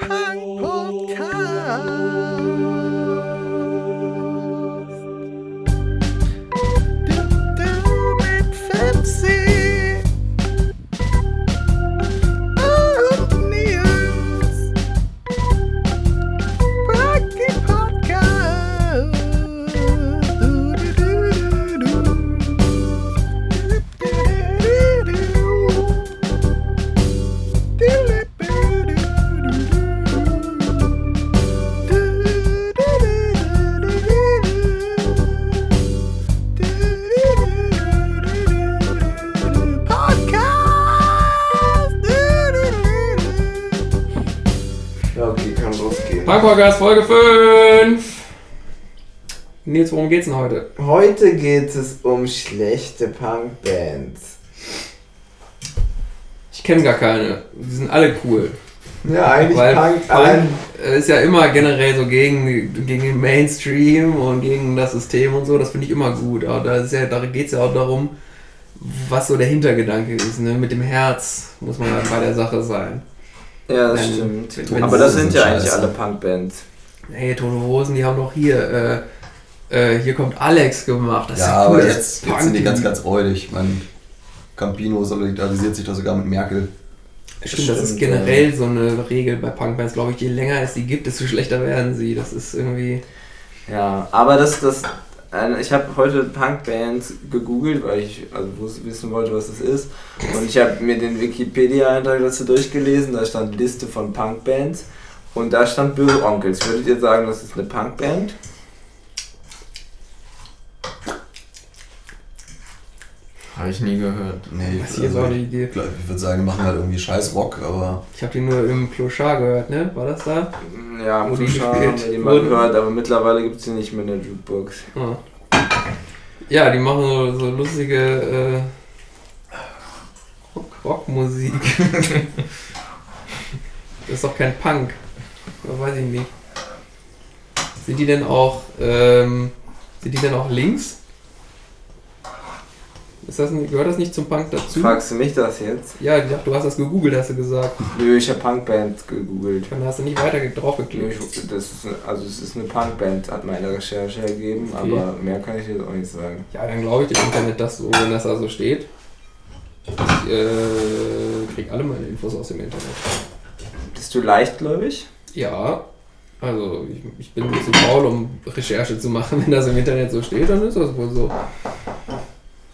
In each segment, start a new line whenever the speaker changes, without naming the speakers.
Punk Podcast. Du, du mit Fipsi. Und Nils. Punky Podcast. Du, du, du, du, du. Du, du, du, du, du. Podcast!
Ja, okay, kann losgehen.
Parkpodcast Folge 5. Nils, worum geht's denn heute?
Heute geht es um schlechte Punkbands.
Ich kenne gar keine. Die sind alle cool.
Ja, eigentlich
Weil
Punk,
Punk
allein.
äh, ist ja immer generell so gegen, gegen den Mainstream und gegen das System und so. Das finde ich immer gut. Aber da, ist ja, da geht's ja auch darum, was so der Hintergedanke ist. Ne? Mit dem Herz muss man halt bei der Sache sein.
Ja, das
Ähm,
stimmt.
wenn-
Aber das
wenn-
sind ja
scheiße.
eigentlich alle Punkbands.
Hey, Tote Hosen, die haben doch hier. Äh, äh, hier kommt Alex gemacht. Das ist
Ja,
ja, cool.
aber
das
jetzt,
ist
jetzt sind die
Punk.
ganz, ganz räudig. Man, Campino solidarisiert sich da sogar mit Merkel.
Stimmt, das ist
Stimmt, ja.
generell so eine Regel bei Punkbands, glaube ich. Je länger es die gibt, desto schlechter werden sie. Das ist irgendwie.
Ja, aber das, das, äh, ich habe heute Punkbands gegoogelt, weil ich also wus- wissen wollte, was das ist. Und ich habe mir den Wikipedia-Eintrag dazu durchgelesen, da stand Liste von Punkbands. Und da stand Böse Onkels. Würdet ihr sagen, das ist eine Punkband?
Habe ich nie gehört.
Nee,
Was
also,
hier
ich
so eine Idee.
glaub, ich würde sagen, die machen halt irgendwie scheiß Rock, aber
Ich habe die nur im Clochard gehört, ne? War das da?
Ja,
Wurden
Zuschauer haben
gespielt.
wir die mal
Wurden-
gehört, aber mittlerweile gibt es die nicht mehr in der Jukebox.
Ah. Ja, die machen so, so lustige äh, Rock Rockmusik. das ist doch kein Punk. Ja, Weiß ich nicht. Sind die denn auch. Ähm, sind die denn auch links? Ist das, nicht- gehört das nicht zum Punk
Hm?
dazu?
Fragst du mich das jetzt?
Ja, ich dachte, du hast das gegoogelt, hast du gesagt.
Nö, ich habe Punkband gegoogelt.
Dann hast du nicht weiter drauf
Nee,
geklickt.
ich- Das ist, eine- also es ist eine Punkband, hat meine Recherche ergeben,
Okay.
aber mehr kann ich jetzt auch nicht sagen.
Ja, dann glaube ich dem Internet das so, wenn das da so steht. Ich äh, krieg alle meine Infos aus dem Internet.
Bist du leichtgläubig?
Ja, also ich, ich bin zu faul, um Recherche zu machen. Wenn das im Internet so steht, dann ist das wohl so.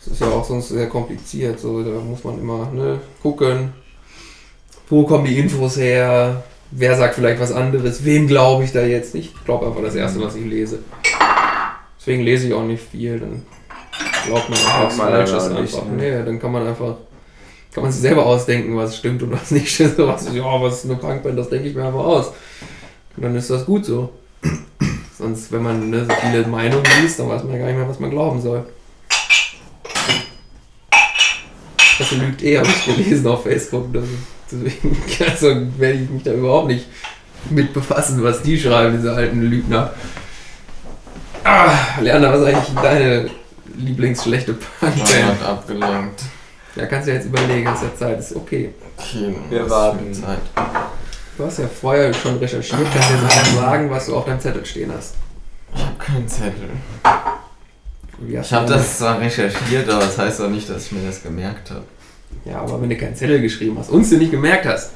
Es ist ja auch sonst sehr kompliziert, so da muss man immer ne, gucken, wo kommen die Infos her, wer sagt vielleicht was anderes, wem glaube ich da jetzt? Ich glaube einfach das Erste, was ich lese. Deswegen lese ich auch nicht viel, dann glaubt man auch was
Glaubt man
Falsches
dann auch nicht,
einfach.
ne?
Nee, dann kann man einfach, kann man sich selber ausdenken, was stimmt und was nicht stimmt. So Was, ja, was ist eine Punkband, das denke ich mir einfach aus. Und dann ist das gut so. Sonst, wenn man ne, so viele Meinungen liest, dann weiß man ja gar nicht mehr, was man glauben soll. Das lügt eh, habe ich gelesen auf Facebook. Das- Deswegen also, werde ich mich da überhaupt nicht mit befassen, was die schreiben, diese alten Lügner. Ah, Leander, was ist eigentlich deine lieblingsschlechte
Ich war
Punkband?
gerade abgelenkt.
Da kannst du jetzt überlegen, hast ja Zeit, ist okay.
Kino.
Wir
was
warten.
für Zeit.
Du hast ja vorher schon recherchiert, kannst dir Sachen sagen, was du auf deinem Zettel stehen hast.
Ich habe keinen Zettel.
Wie hast
Ich habe
du-
das zwar recherchiert, aber das heißt doch nicht, dass ich mir das gemerkt habe.
Ja, aber wenn du keinen Zettel geschrieben hast, uns den nicht gemerkt hast,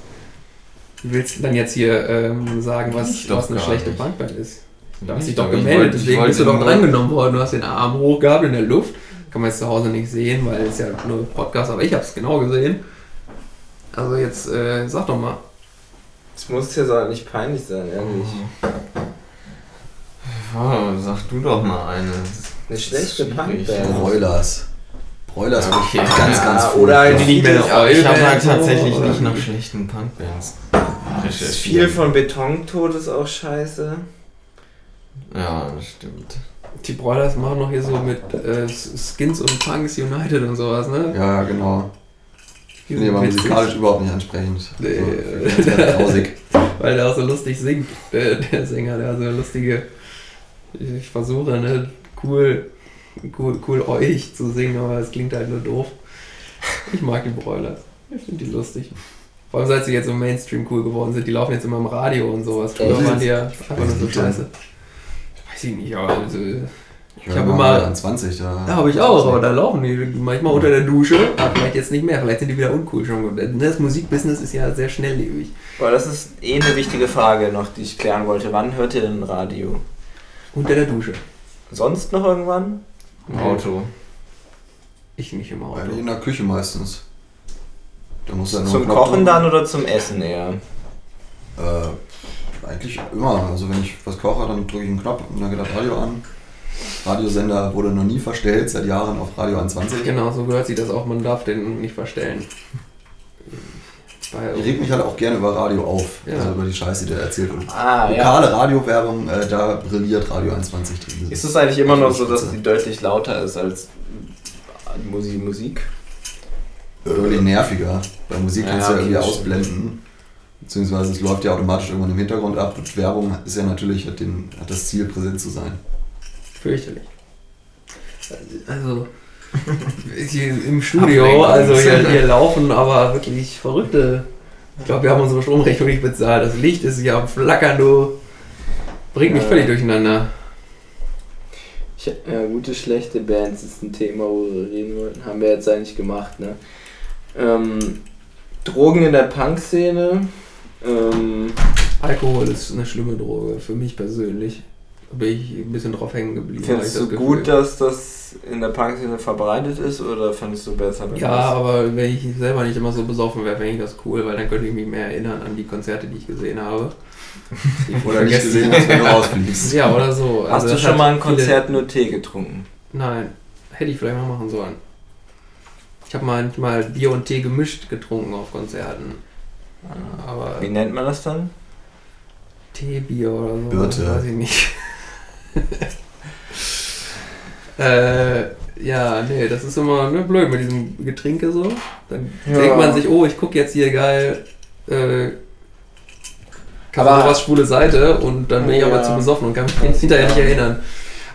wie willst du dann jetzt hier ähm, sagen, was,
Ich doch
was eine
gar
schlechte
nicht.
Punkband ist? Du hast
Ich
dich doch
wollte-
gemeldet,
ich
deswegen
wollte
bist du doch
nur-
drangenommen worden. Du hast den Arm hochgehabt in der Luft. Kann man jetzt zu Hause nicht sehen, weil es ja nur Podcast, aber ich habe es genau gesehen. Also jetzt äh, sag doch mal.
Es muss jetzt auch nicht peinlich sein, ehrlich.
Oh, sag du doch mal eine.
Eine schlechte
schwierig.
Punkband.
Oh, Broilers. Broilers wird
Okay,
ganz,
ja.
ganz
Ah,
furchtbar.
oder halt
Die nicht mehr
viel,
auf-
Ich habe halt
Eulband
tatsächlich
oder-
nicht nach schlechten Punkbands recherchiert.
viel von Betontod ist auch scheiße.
Ja, das stimmt.
Die Broilers machen noch hier so mit äh, Skins und Punks United und sowas, ne?
Ja, genau.
Die
Finde ich
sind
aber
witzig.
musikalisch überhaupt nicht ansprechend.
Nee.
Also, ganz grausig.
Weil der auch so lustig singt, der, der Sänger, der hat so lustige. Ich, ich versuche, ne, cool, cool, cool euch zu singen, aber es klingt halt nur doof. Ich mag die Broilers. Ich finde die lustig. Vor allem seit sie jetzt im Mainstream cool geworden sind, die laufen jetzt immer im Radio und sowas. Früher
Echt?
waren die ja einfach nur so
nicht, ja.
scheiße. Weiß ich nicht, aber also,
Ich
hab
war
immer-
an 20 da.
da habe ich auch, aber da laufen die manchmal unter der Dusche, aber Ah, vielleicht jetzt nicht mehr, vielleicht sind die wieder uncool schon. geworden. Das Musikbusiness ist ja sehr schnelllebig.
Aber das ist eh eine wichtige Frage noch, die ich klären wollte. Wann hört ihr denn Radio?
Unter der Dusche.
Sonst noch irgendwann?
Im Auto.
Ich nicht im
Weil
Auto.
In der Küche meistens. Da muss halt
Also
dann
Zum Kochen dann oder zum Essen eher?
Äh, eigentlich immer. Also wenn ich was koche, dann drücke ich einen Knopf und dann geht das Radio an. Radiosender wurde noch nie verstellt, seit Jahren auf Radio 21.
Genau, so gehört sie das auch, man darf den nicht verstellen. Bei
Ich reg mich halt auch gerne über Radio auf,
Ja.
also über die Scheiße, die da erzählt wird.
Ah, ja.
Lokale Radiowerbung, äh, da brilliert Radio 21 drin.
Ist es eigentlich immer noch so, dass die deutlich lauter ist als die Musi- Musik?
deutlich nerviger. Bei Musik
Ja,
kannst du ja
okay,
irgendwie
das
ausblenden. Beziehungsweise es läuft ja automatisch irgendwann im Hintergrund ab und Werbung ist ja natürlich, hat, den, hat das Ziel, präsent zu sein.
Fürchterlich. Also, hier im Studio,
Ablenkung.
also hier, hier laufen aber wirklich verrückte. Ich glaube, wir haben unsere Stromrechnung nicht bezahlt. Das Licht ist hier am Flackern, du. Bringt mich
Ja.
völlig durcheinander.
Ich, ja, gute, schlechte Bands ist ein Thema, worüber wir reden wollten. Haben wir jetzt eigentlich gemacht, ne? Ähm, Drogen in der Punk-Szene. Ähm,
Alkohol ist eine schlimme Droge, für mich persönlich. Da bin ich ein bisschen drauf hängen geblieben. hab ich
findest
das
du
Gefühl.
gut, dass das in der Punk-Szene verbreitet ist oder findest du besser, wenn
Ja,
das-
aber wenn ich selber nicht immer so besoffen wäre, fände ich das cool, weil dann könnte ich mich mehr erinnern an die Konzerte, die ich gesehen habe. Ich
Oder nicht
vergesse-
gesehen, als wenn du rausfliegst.
Ja, oder so.
Hast
Also
du
das
schon
hat
mal ein
viele-
Konzert nur Tee getrunken?
Nein, hätte ich vielleicht mal machen sollen. Ich habe manchmal Bier und Tee gemischt getrunken auf Konzerten. Aber
Wie nennt man das dann?
Teebier oder so,
Birte.
weiß ich nicht. äh, ja, nee, das ist immer ne, blöd mit diesem Getränke so. Dann
Ja.
denkt man sich, oh, ich gucke jetzt hier geil. Äh,
Aber-
aber was schwule Seite und dann bin ich aber
Ja.
zu besoffen und kann mich hinterher nicht erinnern.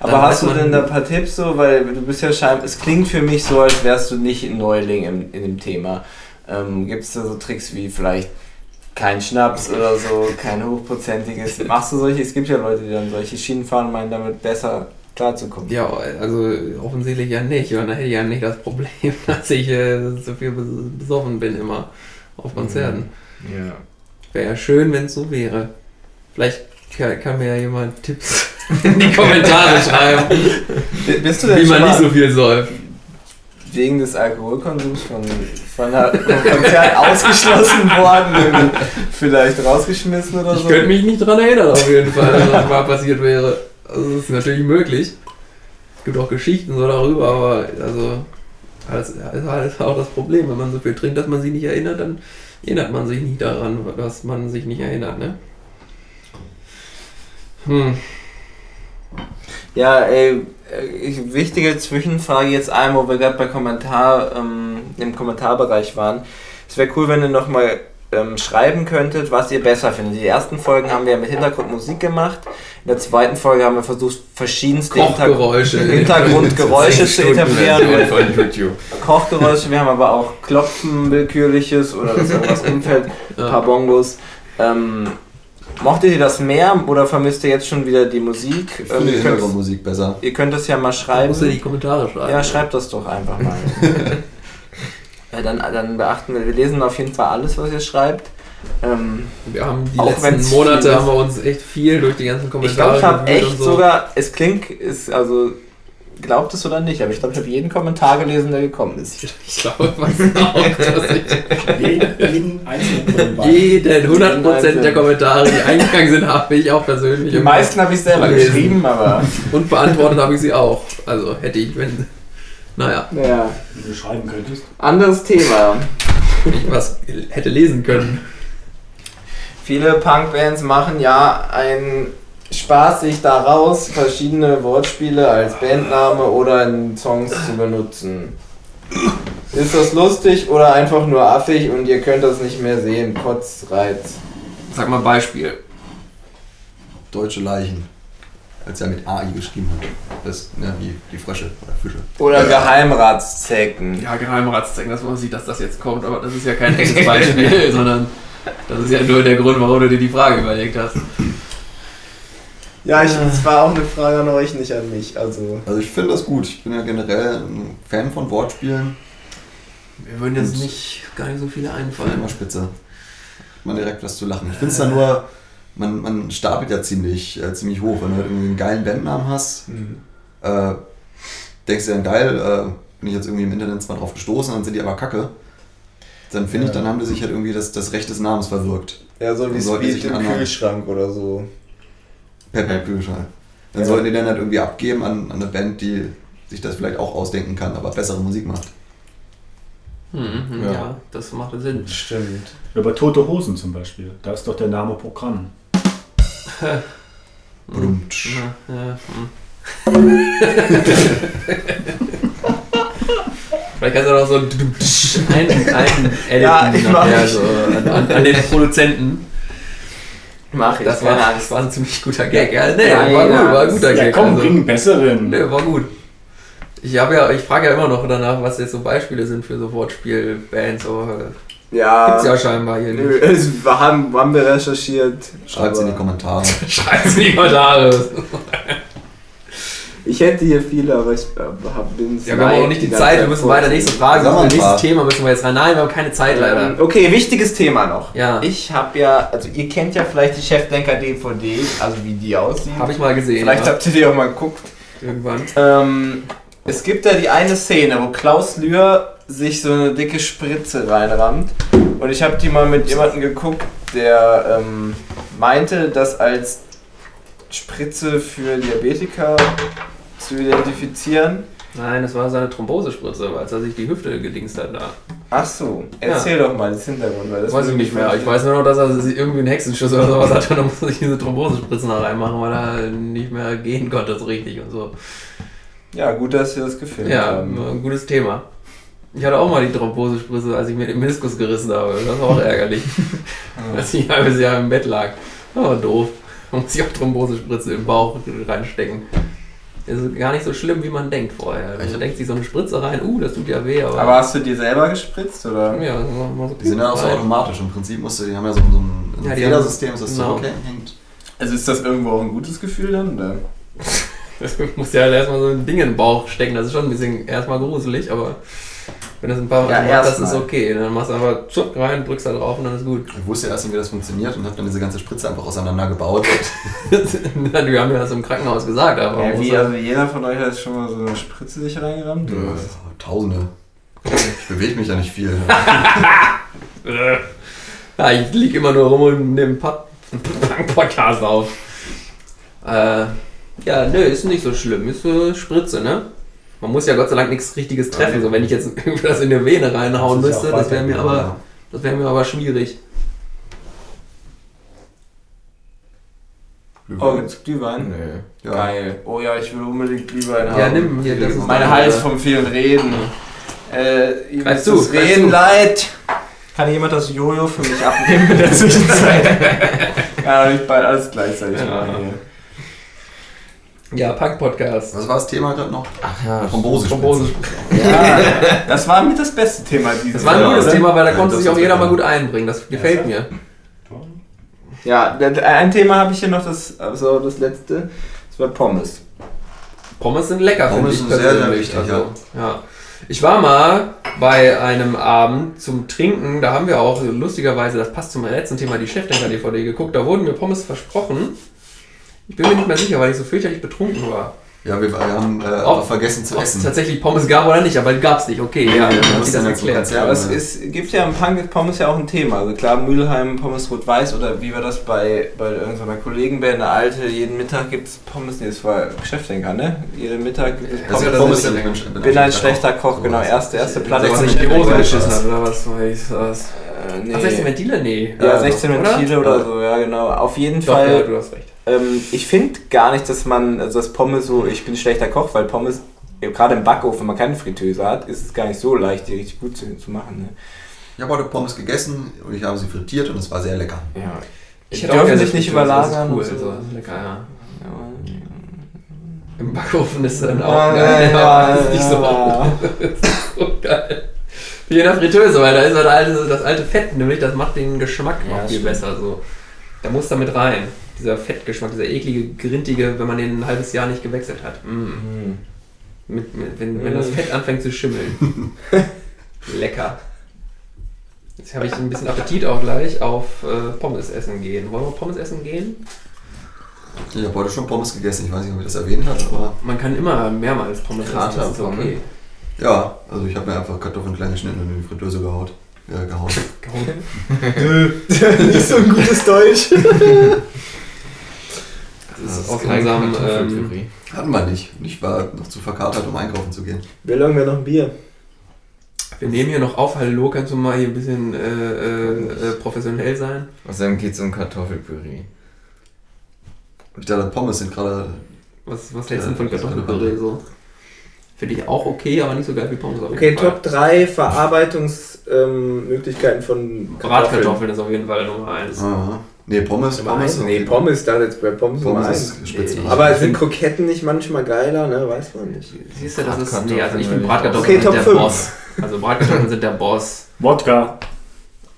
Aber
Dann
hast
weiß
du
man-
denn da ein paar Tipps so? Weil du bist ja scheinbar. Es klingt für mich so, als wärst du nicht ein Neuling im, in dem Thema. Ähm, Gibt es da so Tricks wie vielleicht kein Schnaps oder so, kein hochprozentiges? Machst du solche? Es gibt ja Leute, die dann solche Schienen fahren, und meinen damit besser klarzukommen.
Ja, also offensichtlich ja nicht. Und dann hätte ich ja nicht das Problem, dass ich äh, so viel bes- besoffen bin immer auf Konzerten.
Mhm. Ja.
Wäre ja schön, wenn es so wäre. Vielleicht kann, kann mir ja jemand Tipps in die Kommentare schreiben,
Bist du denn
wie
schon
man
mal
nicht so viel säuft.
wegen des Alkoholkonsums von, von einer, vom Konzert ausgeschlossen worden? irgendwie Vielleicht rausgeschmissen oder
Ich
so?
könnte mich nicht dran erinnern, auf jeden Fall, dass das mal passiert wäre. Also, das ist natürlich möglich. Es gibt auch Geschichten so darüber, aber also, das ist halt auch das Problem. Wenn man so viel trinkt, dass man sich nicht erinnert, dann erinnert man sich nicht daran, dass man sich nicht erinnert, ne? Hm.
Ja, ey, äh, wichtige Zwischenfrage jetzt einmal, wo wir gerade bei Kommentar, ähm, im Kommentarbereich waren. Es wäre cool, wenn ihr nochmal ähm, schreiben könntet, was ihr besser findet. Die ersten Folgen haben wir mit Hintergrundmusik gemacht. In der zweiten Folge haben wir versucht, verschiedenste
Kochgeräusche.
Hintergrundgeräusche zu etablieren.
Version von YouTube.
Kochgeräusche, wir haben aber auch Klopfen, willkürliches oder dass irgendwas umfällt, ein paar Bongos. Ähm, mochtet ihr das mehr oder vermisst ihr jetzt schon wieder die Musik?
Ich
Ähm,
finde
ihr könnt's-
Hintergrundmusik besser.
Ihr könnt das ja mal
Da musst du in
schreiben.
die Kommentare schreiben.
Ja, schreibt das doch einfach mal. Weil dann, dann beachten wir, wir lesen auf jeden Fall alles, was ihr schreibt. Ähm,
Wir haben die
Auch wenn's
letzten
viel
Monate
ist.
haben wir uns echt viel durch die ganzen
ich glaube,
Kommentare
ich habe
gewühlt und
echt sogar, es klingt, ist, also glaubt es oder nicht, aber ich glaube, ich habe jeden Kommentar gelesen, der gekommen ist.
Ich glaube fast auch, dass ich
Jeden einzelnen von beiden.
jeden 100% der Kommentare, die eingegangen sind, habe ich auch persönlich
Die
immer-
meisten habe ich selber
Gelesen.
geschrieben, aber
und beantwortet habe ich sie auch. Also hätte ich, wenn. Naja,
naja.
Wie du schreiben könntest.
Anderes Thema.
wenn ich was hätte lesen können.
Viele Punkbands machen ja einen Spaß sich daraus, verschiedene Wortspiele als Bandname oder in Songs zu benutzen. Ist das lustig oder einfach nur affig und ihr könnt das nicht mehr sehen? Kotzreiz.
Sag mal Beispiel.
Deutsche Leichen. als er mit AI geschrieben hat. Das, ne, wie die Frösche oder Fische.
Oder Geheimratszecken.
Ja, genau, Geheimratszeichen, dass man sieht, dass das jetzt kommt, aber das ist ja kein echtes Beispiel, sondern das ist ja nur der Grund, warum du dir die Frage überlegt hast.
Ja, ich,
Hm.
es war auch eine Frage an euch, nicht an mich. Also.
Also ich finde das gut. Ich bin ja generell ein Fan von Wortspielen.
Wir würden jetzt nicht gar nicht so viele
Vor allem
einfallen.
immer spitze. Hat man direkt was zu lachen. Ich finde es dann nur, man, man stapelt ja ziemlich, äh, ziemlich hoch. Wenn du halt irgendwie einen geilen Bandnamen hast,
Mhm.
äh, denkst du dann geil, äh, bin ich jetzt irgendwie im Internet zwar drauf gestoßen, dann sind die aber kacke. Dann finde ich, dann haben die sich halt irgendwie das, das Recht des Namens verwirkt.
Ja, so wie
Sollte
Speed
sich
im
ändern.
Kühlschrank oder so.
Per per Kühlschrank. Dann
Ja.
sollten die dann halt irgendwie abgeben an, an eine Band, die sich das vielleicht auch ausdenken kann, aber bessere Musik macht.
Hm, hm,
Ja.
ja. das macht Sinn.
Stimmt.
Über tote Hosen zum Beispiel. Da ist doch der Name Programm.
Mhm.
Brumm.
Ja, ja, hm. Vielleicht kannst du noch so ein einen, einen
Ja, ich mach
nachher
ich.
so an, an, an den Produzenten.
Mach ich,
Das
keine
war,
Angst.
war ein ziemlich guter Gag. Ja, nee, war
Nein,
gut, war ein
das-
guter
Ja
Gag.
komm,
also.
bring einen besseren.
Nee, war gut. Ich habe ja, ich frage ja immer noch danach, was jetzt so Beispiele sind für so Wortspielbands, aber
Ja.
gibt's ja scheinbar hier
Nö,
nicht.
es, wir haben, haben wir recherchiert.
Schreibt's in die
aber
Kommentare.
Schreibt's nicht mal da.
Ich hätte hier viele, aber ich äh, hab, bin
Ja, wir haben auch nicht die Zeit, wir müssen weiter. Nächste Frage,
Sag mal ein
müssen wir
paar.
nächstes Thema müssen wir jetzt rein. Nein, wir haben keine Zeit leider.
Ähm, okay, wichtiges Thema noch.
Ja,
Ich habe ja, also ihr kennt ja vielleicht die Chefdenker DVD, also wie die aussieht.
habe ich mal gesehen.
vielleicht
ja.
habt ihr die auch mal geguckt.
irgendwann.
Ähm, es gibt ja die eine Szene, wo Klaus Lühr sich so eine dicke Spritze reinrammt. Und ich habe die mal mit jemandem geguckt, der ähm, meinte, das als Spritze für Diabetiker zu identifizieren.
Nein, das war seine Thrombosespritze, als er sich die Hüfte gedingst hat da.
Ach so, erzähl doch mal das Hintergrund, weil das
weiß ich nicht mehr. Ich weiß nur noch, dass er sich irgendwie einen Hexenschuss oder sowas hatte und dann musste ich diese Thrombosespritze noch reinmachen, weil er nicht mehr gehen konnte so richtig und so.
Ja, gut, dass wir das gefilmt
Ja,
ähm,
äh,
haben.
ein gutes Thema. Ich hatte auch mal die Thrombosespritze, als ich mir den Meniskus gerissen habe. Das war auch ärgerlich, als ich ein halbes Jahr im Bett lag. Aber doof. Man muss sich auch Thrombosespritze im Bauch reinstecken. Ist gar nicht so schlimm, wie man denkt vorher.
Also-
Man denkt sich so eine Spritze rein, uh, das tut ja weh, aber.
Aber hast du dir selber gespritzt, oder?
ja, das war mal so
Die sind ja auch so
rein.
automatisch. Im Prinzip musst du, die haben ja so, so ein so ein
Ja, die
Federsystem, das
genau.
so hängt.
Also ist das irgendwo auch ein gutes Gefühl dann? Oder?
Das muss ja halt erstmal so ein Ding in den Bauch stecken. Das ist schon ein bisschen erstmal gruselig, aber wenn das ein paar Mal
Ja,
macht, das ist
erstmal.
okay. Dann machst du einfach zuck rein, drückst da drauf und dann ist gut.
Ich wusste ja erst nicht, wie das funktioniert und habe dann diese ganze Spritze einfach auseinandergebaut.
Wir haben ja das im Krankenhaus gesagt, aber man
Ja,
muss
wie,
das-
also jeder von euch hat schon mal so eine Spritze sich reingerammt?
Äh, Tausende. Ich bewege mich ja nicht viel.
Äh. Ja, ich lieg immer nur rum und nehme Pod- Podcast auf. Äh, ja, nö, ist nicht so schlimm. Ist äh, Spritze, ne? Man muss ja Gott sei Dank nichts Richtiges treffen. So, wenn ich jetzt irgendwas in eine Vene reinhauen
Das ist ja
müsste,
auch
das wäre mir
weiterhin,
aber, das wäre mir aber schwierig.
Oh, gibt's Glühwein?
Nö.
Ja.
Geil. Oh ja, ich will unbedingt Glühwein haben.
Ja, nimm hier, das ist
Mein
dein-
Hals vom vielen Reden. Äh, ihm
Greif
ist
zu,
das
greif
Reden
zu.
leid. Kann jemand das Jojo für mich abnehmen in der Zwischenzeit? ja, ich bald alles gleichzeitig
Ja.
machen hier.
Ja, Punk-Podcast.
Was war das Thema gerade noch?
Ach ja,
Thrombose.
Thrombose.
Ja, das war mit das beste Thema dieses
Das war ein gutes
oder?
Thema, weil da
Ja,
konnte
das
sich auch
ist
jeder
ja.
mal gut einbringen. Das gefällt mir.
Ja, d- d- ein Thema habe ich hier noch, das, also das letzte. Das war Pommes.
Pommes sind lecker, finde
Pommes
ich
sind sehr, sehr
persönlich.
wichtig,
also, ja. Ich war mal bei einem Abend zum Trinken, da haben wir auch lustigerweise, das passt zum letzten Thema, die Chefdenker-DVD geguckt, da wurden mir Pommes versprochen. Ich bin mir nicht mehr sicher, weil ich so fürchterlich betrunken war.
Ja, wir, wir haben äh,
Ob-
auch vergessen zu
Ob es
essen.
Oh, tatsächlich Pommes gab oder nicht, aber gab es nicht. Okay, ja, dann hat
mussten
sich das
dann zum
erklärt.
Konzert,
Aber es
äh,
ist, gibt ja im Punk mit Pommes ja auch ein Thema. Also klar, Mülheim, Pommes rot-weiß oder wie war das bei, bei irgendeiner Kollegenband, eine alte, jeden Mittag gibt es Pommes, nee, das war Geschäftsdenker, ne? Jeden Mittag gibt es
Das
Pommes.
ist ja
Pommes.
das Letzte. Ich
bin ein schlechter Koch,
So
genau,
was.
erste, erste Platte.
Dass
von
er nicht in die Hose
Geschäftsdenker.
geschissen hat oder was weiß ich was.
Äh, nee.
Ach, 16 Ventile? Nee.
ja, 16
Oder?
Ventile oder so, ja genau. Auf jeden
Doch, ja,
Fall
du hast recht.
Ähm, ich finde gar nicht, dass man, also das Pommes so, ich bin schlechter Koch, weil Pommes, äh, gerade im Backofen, wenn man keine Fritteuse hat, ist es gar nicht so leicht, die richtig gut zu, zu machen. ne?
Ich habe heute Pommes gegessen und ich habe sie frittiert und es war sehr lecker.
Ne? Ja.
Ich
Die
hätte auch
dürfen
gerne
sich nicht
Fritteuse, das ist
überlagern
Cool,
und so.
so. das ist lecker, ja. Im Backofen ist dann auch
ne?
Ja,
geil,
Ah, ja,
aber das
ja,
ist nicht so,
ja.
das ist so geil. Wie in der Fritteuse, weil da ist halt alte, das alte Fett, nämlich das macht den Geschmack
Ja,
auch viel
stimmt.
besser. So. Da muss da mit rein. Dieser Fettgeschmack, dieser eklige, grintige, wenn man den ein halbes Jahr nicht gewechselt hat. Mm.
Hm.
Mit, mit, wenn, wenn das
Mm.
Fett anfängt zu schimmeln. Lecker. Jetzt habe ich ein bisschen Appetit auch gleich auf äh, Pommes essen gehen. Wollen wir Pommes essen gehen?
Ich habe heute schon Pommes gegessen, ich weiß nicht, ob ich das erwähnt habe, aber
Man kann immer mehrmals Pommes essen, das ist
Krater,
okay.
ja, also ich habe mir einfach Kartoffeln klein geschnitten und in die Fritteuse gehaut. Äh, gehauen.
Nicht so ein gutes Deutsch.
Das ist
Das
aus
ist keine
unserem ähm,
Kartoffelpüree.
Hatten wir nicht. Und ich war noch zu verkatert, um einkaufen zu gehen.
Wie lange wäre noch ein Bier?
Wir nehmen hier noch auf, hallo, kannst du mal hier ein bisschen äh, äh, äh, professionell sein?
Außerdem geht es um Kartoffelpüree.
Und ich dachte, Pommes sind gerade
Was, was hältst du denn von
Ja, das ist
Kartoffelpüree so? Finde ich auch okay, aber nicht so geil wie Pommes. auf jeden
Okay,
Fall.
Top 3 Verarbeitungsmöglichkeiten von
Bratkartoffeln ist auf jeden Fall Nummer 1.
Aha. Nee, Pommes,
Nummer
Pommes.
eins? Ah. Nee, Pommes, da jetzt bei Pommes, Nummer
Pommes
eins.
ist Spitze.
Nee,
Aber sind Kroketten nicht manchmal geiler, ne? Weiß man nicht.
Siehst du, das ist.
Bratkartoffeln
Nee, also ich finde
will ich
auch.
Bratkartoffeln
Okay,
sind
Top
der
fünf.
Boss. Also Bratkartoffeln sind der Boss.
Wodka.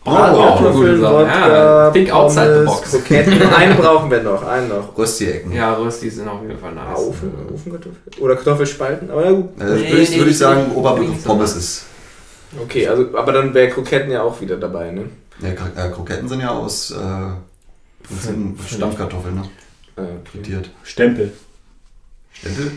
Oh, auch eine gute Sache. Ja, think outside the
Ah, Pommes,
box.
Kroketten. Einen brauchen wir noch, einen noch.
Rösti-Ecken.
Ja, Röstis sind auf jeden Fall nice.
Ofen, Ofenkartoffeln? Oder Kartoffelspalten? Aber ja, gut.
Äh,
Nee,
würde ich,
nee,
würde ich
ich-
sagen,
ich-
Oberbegriff
ich-
Pommes ist.
Okay, also, aber dann wäre Kroketten ja auch wieder dabei, ne?
Ja, Kro- äh, Kroketten sind ja aus äh, Prinzip Stammkartoffeln, ne?
Ah, okay.
Frittiert.
Stempel.
Stempel?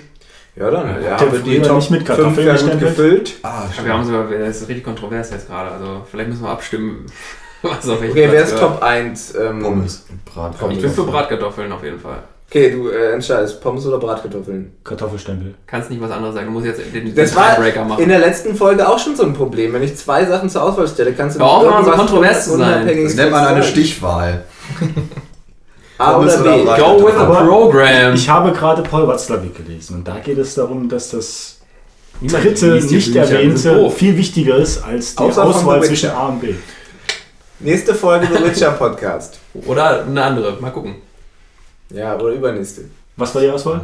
Ja, dann. Ja,
Habt ihr
haben wir die
früher
Top
nicht mit
5
Kartoffeln
ja gut
gestempelt?
gefüllt.
Ah,
Ja, wir haben sogar, das ist richtig kontrovers jetzt gerade. Also vielleicht müssen wir abstimmen, was auf jeden
Okay,
Fall
wer ist
gehört.
Top 1? Ähm,
Pommes.
Bratkartoffeln.
Ich bin für Bratkartoffeln auf jeden Fall.
Okay, du äh, entscheidest, Pommes oder Bratkartoffeln?
Kartoffelstempel.
Kannst nicht was anderes sagen. Du musst jetzt den, den
Das war
Tiebreaker machen.
in der letzten Folge auch schon so ein Problem. Wenn ich zwei Sachen zur Auswahl stelle, kannst du
Hör auf,
nicht
mal so
irgendwas
kontrovers zu sein.
Das
Unabhängiges
nennt man eine
sagen.
Stichwahl.
A
Pommes
oder
oder
B?
Brat-
Go with the
Aber
program.
Ich habe gerade Paul Watzlawick gelesen und da geht es darum, dass das
Niemand
dritte,
liest die
nicht
Bücher, die sind
erwähnte
doof.
viel wichtiger ist als die
Außer von
Auswahl
The
zwischen
Witcher.
A und B.
Nächste Folge The Witcher Podcast.
Oder eine andere. Mal gucken.
Ja, oder übernächste.
Was war die Auswahl?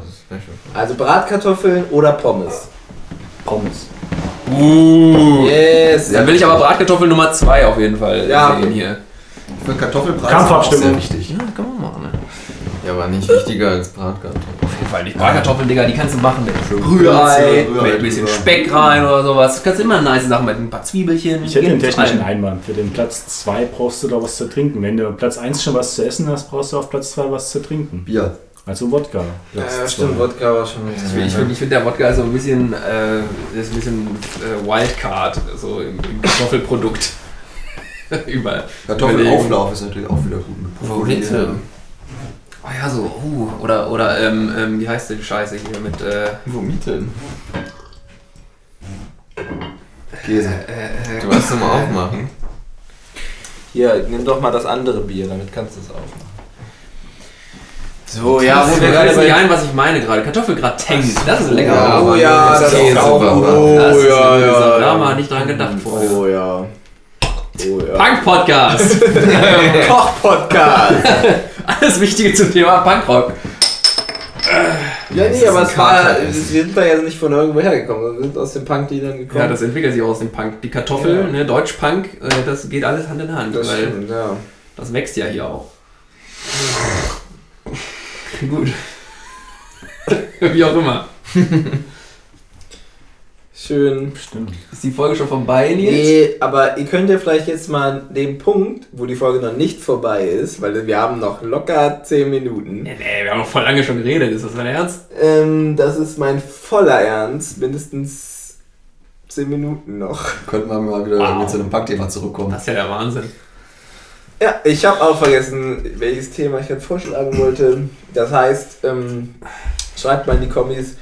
Also Bratkartoffeln oder Pommes.
Pommes.
Uh.
Yes.
Dann will ich aber Bratkartoffel Nummer 2 auf jeden Fall
Ja,
sehen
okay.
hier.
Für Kartoffelpreis
Kampfabstimmung.
auch sehr wichtig.
Ja, kann man machen. Ne?
Ja, aber nicht wichtiger als Bratkartoffeln.
Auf jeden Fall nicht. Bratkartoffeln, Digga, die kannst du machen. Mit
Rührei,
Rührei, mit ein bisschen
drüber.
Speck rein oder sowas. Du kannst immer nice Sachen mit ein paar Zwiebelchen.
Ich hätte
Geht
den
mit
technischen
allem.
Einwand. Für den Platz 2 brauchst du da was zu trinken. Wenn du auf Platz 1 schon was zu essen hast, brauchst du auf Platz 2 was zu trinken.
Bier.
Also Wodka. Platz
Ja,
zwei.
stimmt, Wodka war schon
Ich finde, ich
ne?
find- ich find, der Wodka ist so ein bisschen, äh, ist ein bisschen äh, Wildcard, so im, im Kartoffelprodukt. Über.
Kartoffelauflauf ist natürlich auch wieder gut. Mit Brokkoli.
Favorite. Oh ja, so, uh, oder, oder, ähm, ähm, wie heißt denn die Scheiße hier mit, äh,
Vomiten.
Käse.
äh,
Du hast zum Aufmachen.
Hier, nimm doch mal das andere Bier, damit kannst du es aufmachen. Oh,
So,
ja, wo wir gerade
bei-
nicht ein, was ich meine gerade. Kartoffelgratin, das ist lecker.
Ja,
oh
aber
ja,
jetzt
das
Käse
ist auch
war-
gut.
das
Oh
ist
ja,
eine gute Sache.
ja.
Da haben wir
ja.
nicht dran gedacht vorher.
Oh ja. Oh ja.
Punk-Podcast.
Koch-Podcast.
Alles Wichtige zum Thema Punkrock.
ja,
Das
nee,
ist
aber
ein
es war, wir
Kateressen.
sind da ja nicht von irgendwo hergekommen, wir sind aus den Punkliedern gekommen.
Ja, das entwickelt sich auch aus dem Punk. Die Kartoffel,
Ja.
ne, Deutsch-Punk, äh, das geht alles Hand in Hand.
Das
weil
stimmt, ja.
Das wächst ja hier auch. Gut. Wie auch immer.
Schön.
Stimmt.
Ist die Folge schon vorbei, Nils?
Nee, aber ihr könnt ja vielleicht jetzt mal den Punkt, wo die Folge noch nicht vorbei ist, weil wir haben noch locker 10 Minuten.
Nee, nee, wir haben noch voll lange schon geredet. Ist das dein Ernst?
Ähm, das ist mein voller Ernst, mindestens 10 Minuten noch.
Könnten wir mal wieder
Wow.
mit so einem Packthema zurückkommen.
Das ist ja der Wahnsinn.
Ja, ich habe auch vergessen, welches Thema ich gerade vorschlagen wollte. Das heißt, ähm, schreibt mal in die Kommis,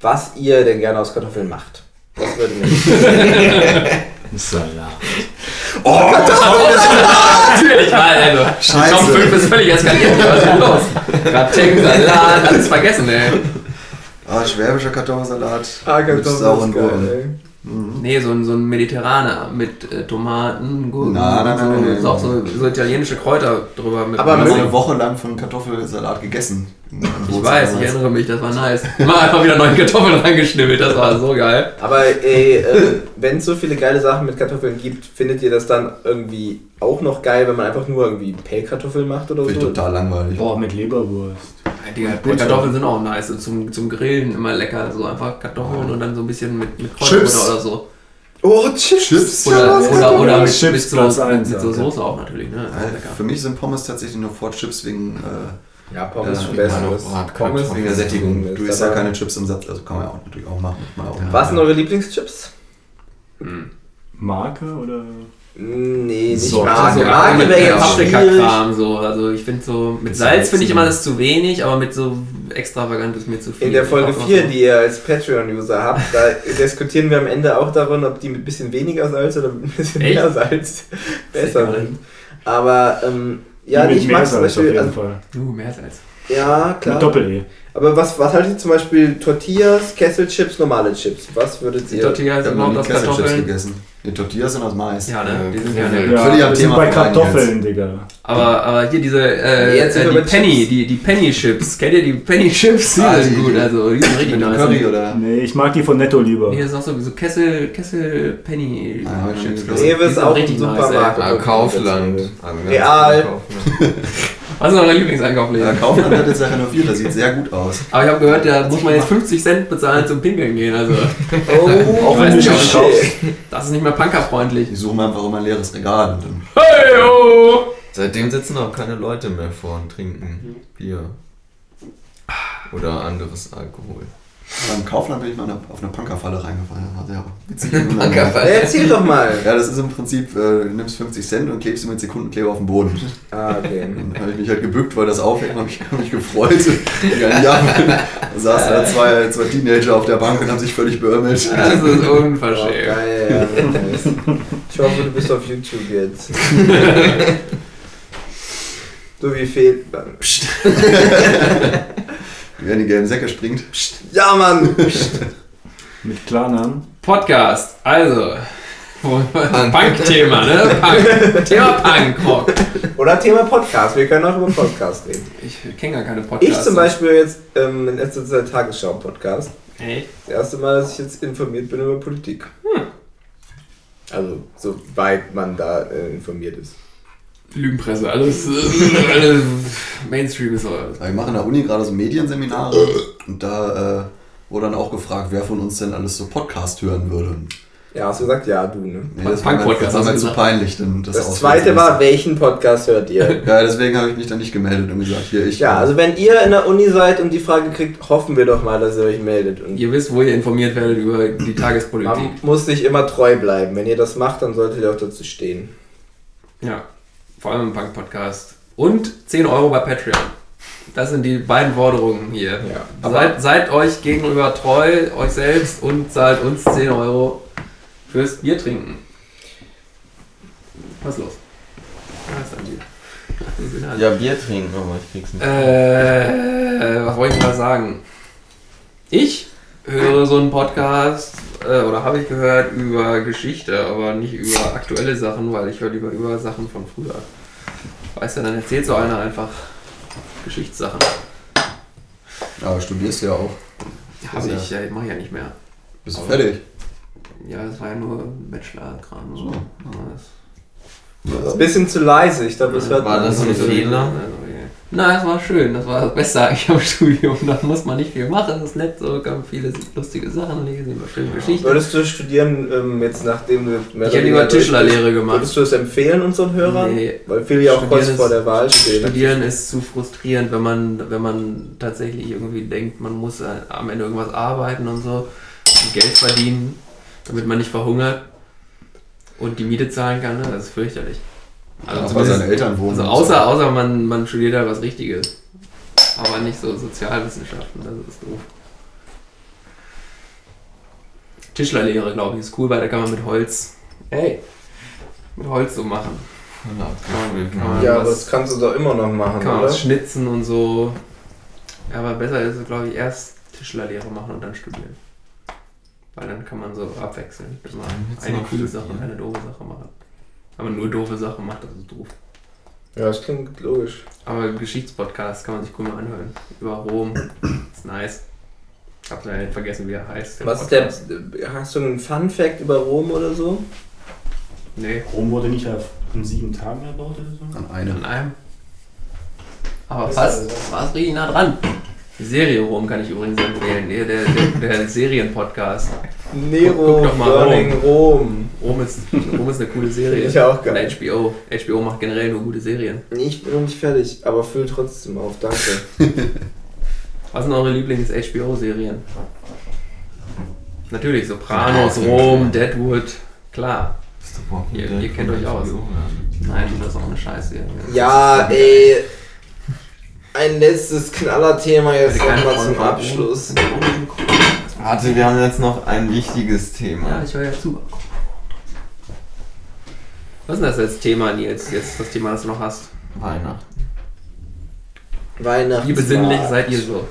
was ihr denn gerne aus Kartoffeln macht. Das würde mich.
Salat.
Oh,
Natürlich, mal, also.
Scheiße.
Top 5 ist völlig eskaliert. Was ist denn los? Gratin, Salat, alles vergessen, ey.
Ah, schwäbischer Kartoffelsalat.
Ah,
mit sauren Gurken.
ey.
Mhm.
Nee, so ein, so ein Mediterraner mit äh, Tomaten, Gurken,
Nein, nein,
so,
nein, nein,
ist auch so, so italienische Kräuter drüber. Mit
Aber
Wir haben
mit-
eine Woche lang von Kartoffelsalat gegessen.
ich weiß, ich erinnere mich, das war nice. Mal einfach wieder neue Kartoffeln reingeschnibbelt, das war so geil.
Aber ey, äh, wenn es so viele geile Sachen mit Kartoffeln gibt, findet ihr das dann irgendwie auch noch geil, wenn man einfach nur irgendwie Pellkartoffeln macht oder
Finde ich
so?
total langweilig.
Boah, mit Leberwurst.
Digga, Kartoffeln sind auch nice, und zum, zum Grillen immer lecker, so einfach Kartoffeln und dann so ein bisschen mit, mit
Chips.
Kräuterbutter oder so.
Oh, Chips!
Chips.
Oder,
was
oder,
kann
oder
man-
mit,
Chips
mit, so,
Platz
mit,
eins,
mit so
okay.
Soße auch natürlich, ne? Das ist lecker.
Äh, Für mich sind Pommes tatsächlich nur vor Chips wegen, äh,
Ja, Pommes
Ja,
schon besser.
ja,
Pommes
wegen der Sättigung. Du isst ja
Aber-
keine Chips im Satz, also kann man ja auch natürlich auch machen. Mal auch
Was sind eure Lieblingschips?
Marke oder?
Hm, Nee, nicht
So,
Marke.
Also
Marke
mit
wäre
äh,
jetzt schwierig.
Paprikakram so. Also ich finde so, mit
Ist
Salz
Salz
finde ich
in-
immer das zu wenig, aber mit so extravagant ist mir zu viel.
In der
Ich
Folge
brauch noch
4,
so-
die ihr als Patreon-User habt, da diskutieren wir am Ende auch darum, ob die mit ein bisschen weniger Salz oder mit ein bisschen
Echt?
mehr Salz besser
egal.
sind. Aber ähm, ja,
Die mit
ich mag zum
Meersalz auf
Beispiel.
jeden
Also,
Fall.
Uh, mehr Salz.
ja,
Mit
klar.
Doppel-E.
Aber was, was haltet ihr zum Beispiel Tortillas, Kesselchips, normale Chips? Was würdet
Die
ihr.
Tortilla ist
Ich hab
immer
noch
auch
nie
das
Kesselchips
Kartoffeln.
gegessen. Die Tortillas sind aus Mais.
Ja, ne? Die sind
Ja,
ja, ne?
ja.
Völlig
Ja,
am
wir sind halt
Thema
bei
vorbei,
Kartoffeln, Digga.
Aber, aber hier diese äh,
Jetzt sind
äh,
wir
die
bei
Penny,
Chips.
die, die Penny Chips. Kennt ihr die Penny Chips? Die
Ah,
sind
die-
gut, also die sind
Mit
richtig
dem
nice.
Curry oder?
Nee, ich mag die von Netto lieber.
Hier ist auch so, so Kessel, Kessel Penny
Ah, hab ich noch nie
Chips.
gegessen.
Die
Rewe ist
sind
auch ein
richtig nice,
Supermarkt.
ey.
Ah, Kaufland.
Kaufland.
Ah,
Real.
Was ist euer Lieblingseinkauf,
Ja,
Lea?
Kaufmann hat jetzt ja renoviert, das sieht sehr gut aus.
Aber ich habe gehört, da muss man jetzt 50 Cent bezahlen zum Pinkeln gehen. Also
Oh,
Auch wenn du
Weiß
schon
nicht,
ob ich-
kaufst.
das ist nicht mehr punkerfreundlich.
Ich suche mir einfach immer ein leeres Regal. Und dann
Hey, oh!
Seitdem sitzen auch keine Leute mehr vor und
Mhm.
trinken Bier. Oder anderes Alkohol.
beim Kaufland bin ich mal auf eine Punkerfalle reingefallen. Das war sehr witzig. ja,
Ja, erzähl doch mal.
das ist im Prinzip, äh, du nimmst 50 Cent und klebst sie mit Sekundenkleber auf den Boden.
Ah, okay.
Dann habe ich mich halt gebückt, weil das aufhängt, habe ich mich gefreut. Ja, ja. Da saßen da zwei, zwei Teenager auf der Bank und haben sich völlig beömmelt.
Das ist
Oh,
unverschämt.
geil, ja, nice. Ich hoffe, du bist auf YouTube jetzt. So wie fehlt.
Wer in die gelben Säcke springt.
Ja, Mann!
Mit Klarnamen.
Podcast, also. Punk-Thema, ne? Punk. Thema Punkrock.
Oder Thema Podcast. Wir können auch über Podcast reden.
Ich kenne gar keine Podcasts.
Ich zum Beispiel jetzt ähm, in letzter Zeit Tagesschau-Podcast.
Echt?
Das erste Mal, dass ich jetzt informiert bin über Politik.
Hm.
Also, soweit man da äh, informiert ist.
Lügenpresse, alles, äh, alles Mainstream ist alles.
Wir machen in der Uni gerade so Medienseminare und da äh, wurde dann auch gefragt, wer von uns denn alles so Podcast hören würde.
Ja, hast du gesagt, ja, du, ne?
Nee, das war mir,
Punk-Podcast,
das war mir
hast du
zu
gesagt.
peinlich. Denn das
Das
auszusetzen.
zweite war, welchen Podcast hört ihr?
Ja, deswegen habe ich mich dann nicht gemeldet und gesagt, hier, ich.
Ja, also wenn ihr in der Uni seid und die Frage kriegt, hoffen wir doch mal, dass ihr euch meldet. Und
Ihr wisst, wo ihr informiert werdet über die Tagespolitik.
man muss sich immer treu bleiben. Wenn ihr das macht, dann solltet ihr auch dazu stehen.
Ja, vor allem im Punk-Podcast. Und 10 Euro bei Patreon. Das sind die beiden Forderungen hier.
Ja.
Seid, seid euch gegenüber treu, euch selbst und zahlt uns 10 Euro fürs Bier trinken. Was ist los? Was ist an dir? Was ist denn an dir?
Ja, Bier trinken, aber ich krieg's nicht.
Äh, was wollte ich mal sagen? Ich höre so einen Podcast äh, oder habe ich gehört über Geschichte, aber nicht über aktuelle Sachen, weil ich höre lieber über Sachen von früher. Weißt du, dann erzählt so einer einfach Geschichtssachen.
Ja, studierst du ja auch.
Habe
Ja.
ich, ja, mache ich ja nicht mehr.
Bist du fertig?
Ja, das war ja nur Bachelor-Kram. So. Ja, das-
Ist ein bisschen zu leise, ich glaube, das hört
War
man.
das ein Fehler?
Na, es war schön, das war das Beste eigentlich am Studium. Da muss man nicht viel machen, das ist nett, so kann man viele lustige Sachen lesen, über schöne Geschichten.
Würdest du studieren, ähm, jetzt nachdem du mehr
Ich hätte lieber Tischlerlehre gemacht.
Würdest du es empfehlen unseren Hörern?
Nee.
Weil viele ja auch
Studieren
kurz
ist-
vor der Wahl stehen.
Studieren ist zu frustrierend, wenn man, wenn man tatsächlich irgendwie denkt, man muss äh, am Ende irgendwas arbeiten und so und Geld verdienen, damit man nicht verhungert und die Miete zahlen kann. Ne? Das ist fürchterlich. Also,
Also bei
zumindest-
seinen Eltern wohnen.
also
und so.
außer, außer man, man studiert halt was Richtiges. Aber nicht so Sozialwissenschaften, das ist doof. Tischlerlehre, glaube ich, ist cool, weil da kann man mit Holz. Ey! Mit Holz so machen.
Mhm.
Ja,
Ja,
was-
aber das kannst du doch immer noch machen,
Kann man
oder?
was schnitzen und so. Ja, aber besser ist es, glaube ich, erst Tischlerlehre machen und dann studieren. Weil dann kann man so abwechseln. Immer
Jetzt
eine
noch
coole
viel.
Sache und eine doofe Sache machen. Aber nur doofe Sachen macht, das ist doof.
Ja, das klingt logisch.
Aber im Geschichtspodcast kann man sich cool mal anhören. Über Rom. Ist nice. Ich hab leider vergessen, wie er heißt.
Was ist der. Hast du einen Fun-Fact über Rom oder so?
Nee,
Rom wurde nicht auf- in sieben Tagen erbaut oder so?
An
in
eine.
einem. Aber
Das
fast.
ist also-
War es richtig nah dran. Die Serie Rom kann ich übrigens empfehlen. Der, der, der, der Serienpodcast.
Nero
guck doch mal
Burning Rom.
Rom ist, Rom ist eine coole Serie.
Finde ich auch
Von
geil.
HBO. HBO macht generell nur gute Serien.
Nee, ich bin noch nicht fertig, aber füll trotzdem auf, danke.
Was sind eure Lieblings-HBO-Serien? Natürlich, Sopranos, Rom, Deadwood. Klar.
Ist doch Walking
Ihr-
Dead
ihr kennt
von
euch aus.
HBO, ja.
Nein, das ist auch eine Scheißserie.
Ja, ey. Ein letztes Knallerthema jetzt
Hatte keine
nochmal
Freunde
zum
von Rom.
Abschluss.
Warte, wir haben jetzt noch ein wichtiges Thema.
Ja, ich höre ja zu. Was ist denn das als Thema, Nils? Jetzt das Thema, das du noch hast.
Weihnachten.
Weihnachten.
Wie besinnlich seid ihr so?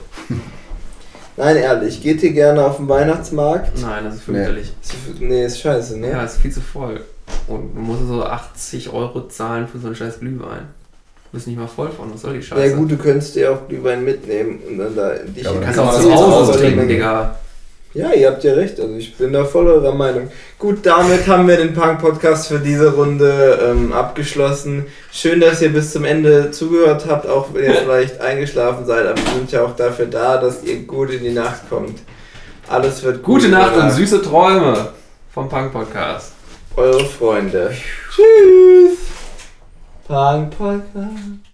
Nein, ehrlich, geht ihr gerne auf den Weihnachtsmarkt?
Nein, das ist fürchterlich.
Ist- Nee, ist scheiße, ne?
Ja, ist viel zu voll. Und du musst so 80 Euro zahlen für so einen scheiß Glühwein. Du bist nicht mal voll von, was soll die Scheiße?
Na gut, du könntest dir auch Glühwein mitnehmen und dann da dich
Ja, aber
in
dann
Kannst
die
auch
Kann man
zu
das auch
Hause
so
trinken,
trinken?
Digga.
Ja, ihr habt ja recht, also ich bin da voll eurer Meinung. Gut, damit haben wir den Punk-Podcast für diese Runde ähm, abgeschlossen. Schön, dass ihr bis zum Ende zugehört habt, auch wenn ihr vielleicht eingeschlafen seid, aber wir sind ja auch dafür da, dass ihr gut in die Nacht kommt. Alles wird gut.
Gute Nacht und
gemacht.
süße Träume vom Punk Podcast.
Eure Freunde. Tschüss. Punk-Podcast.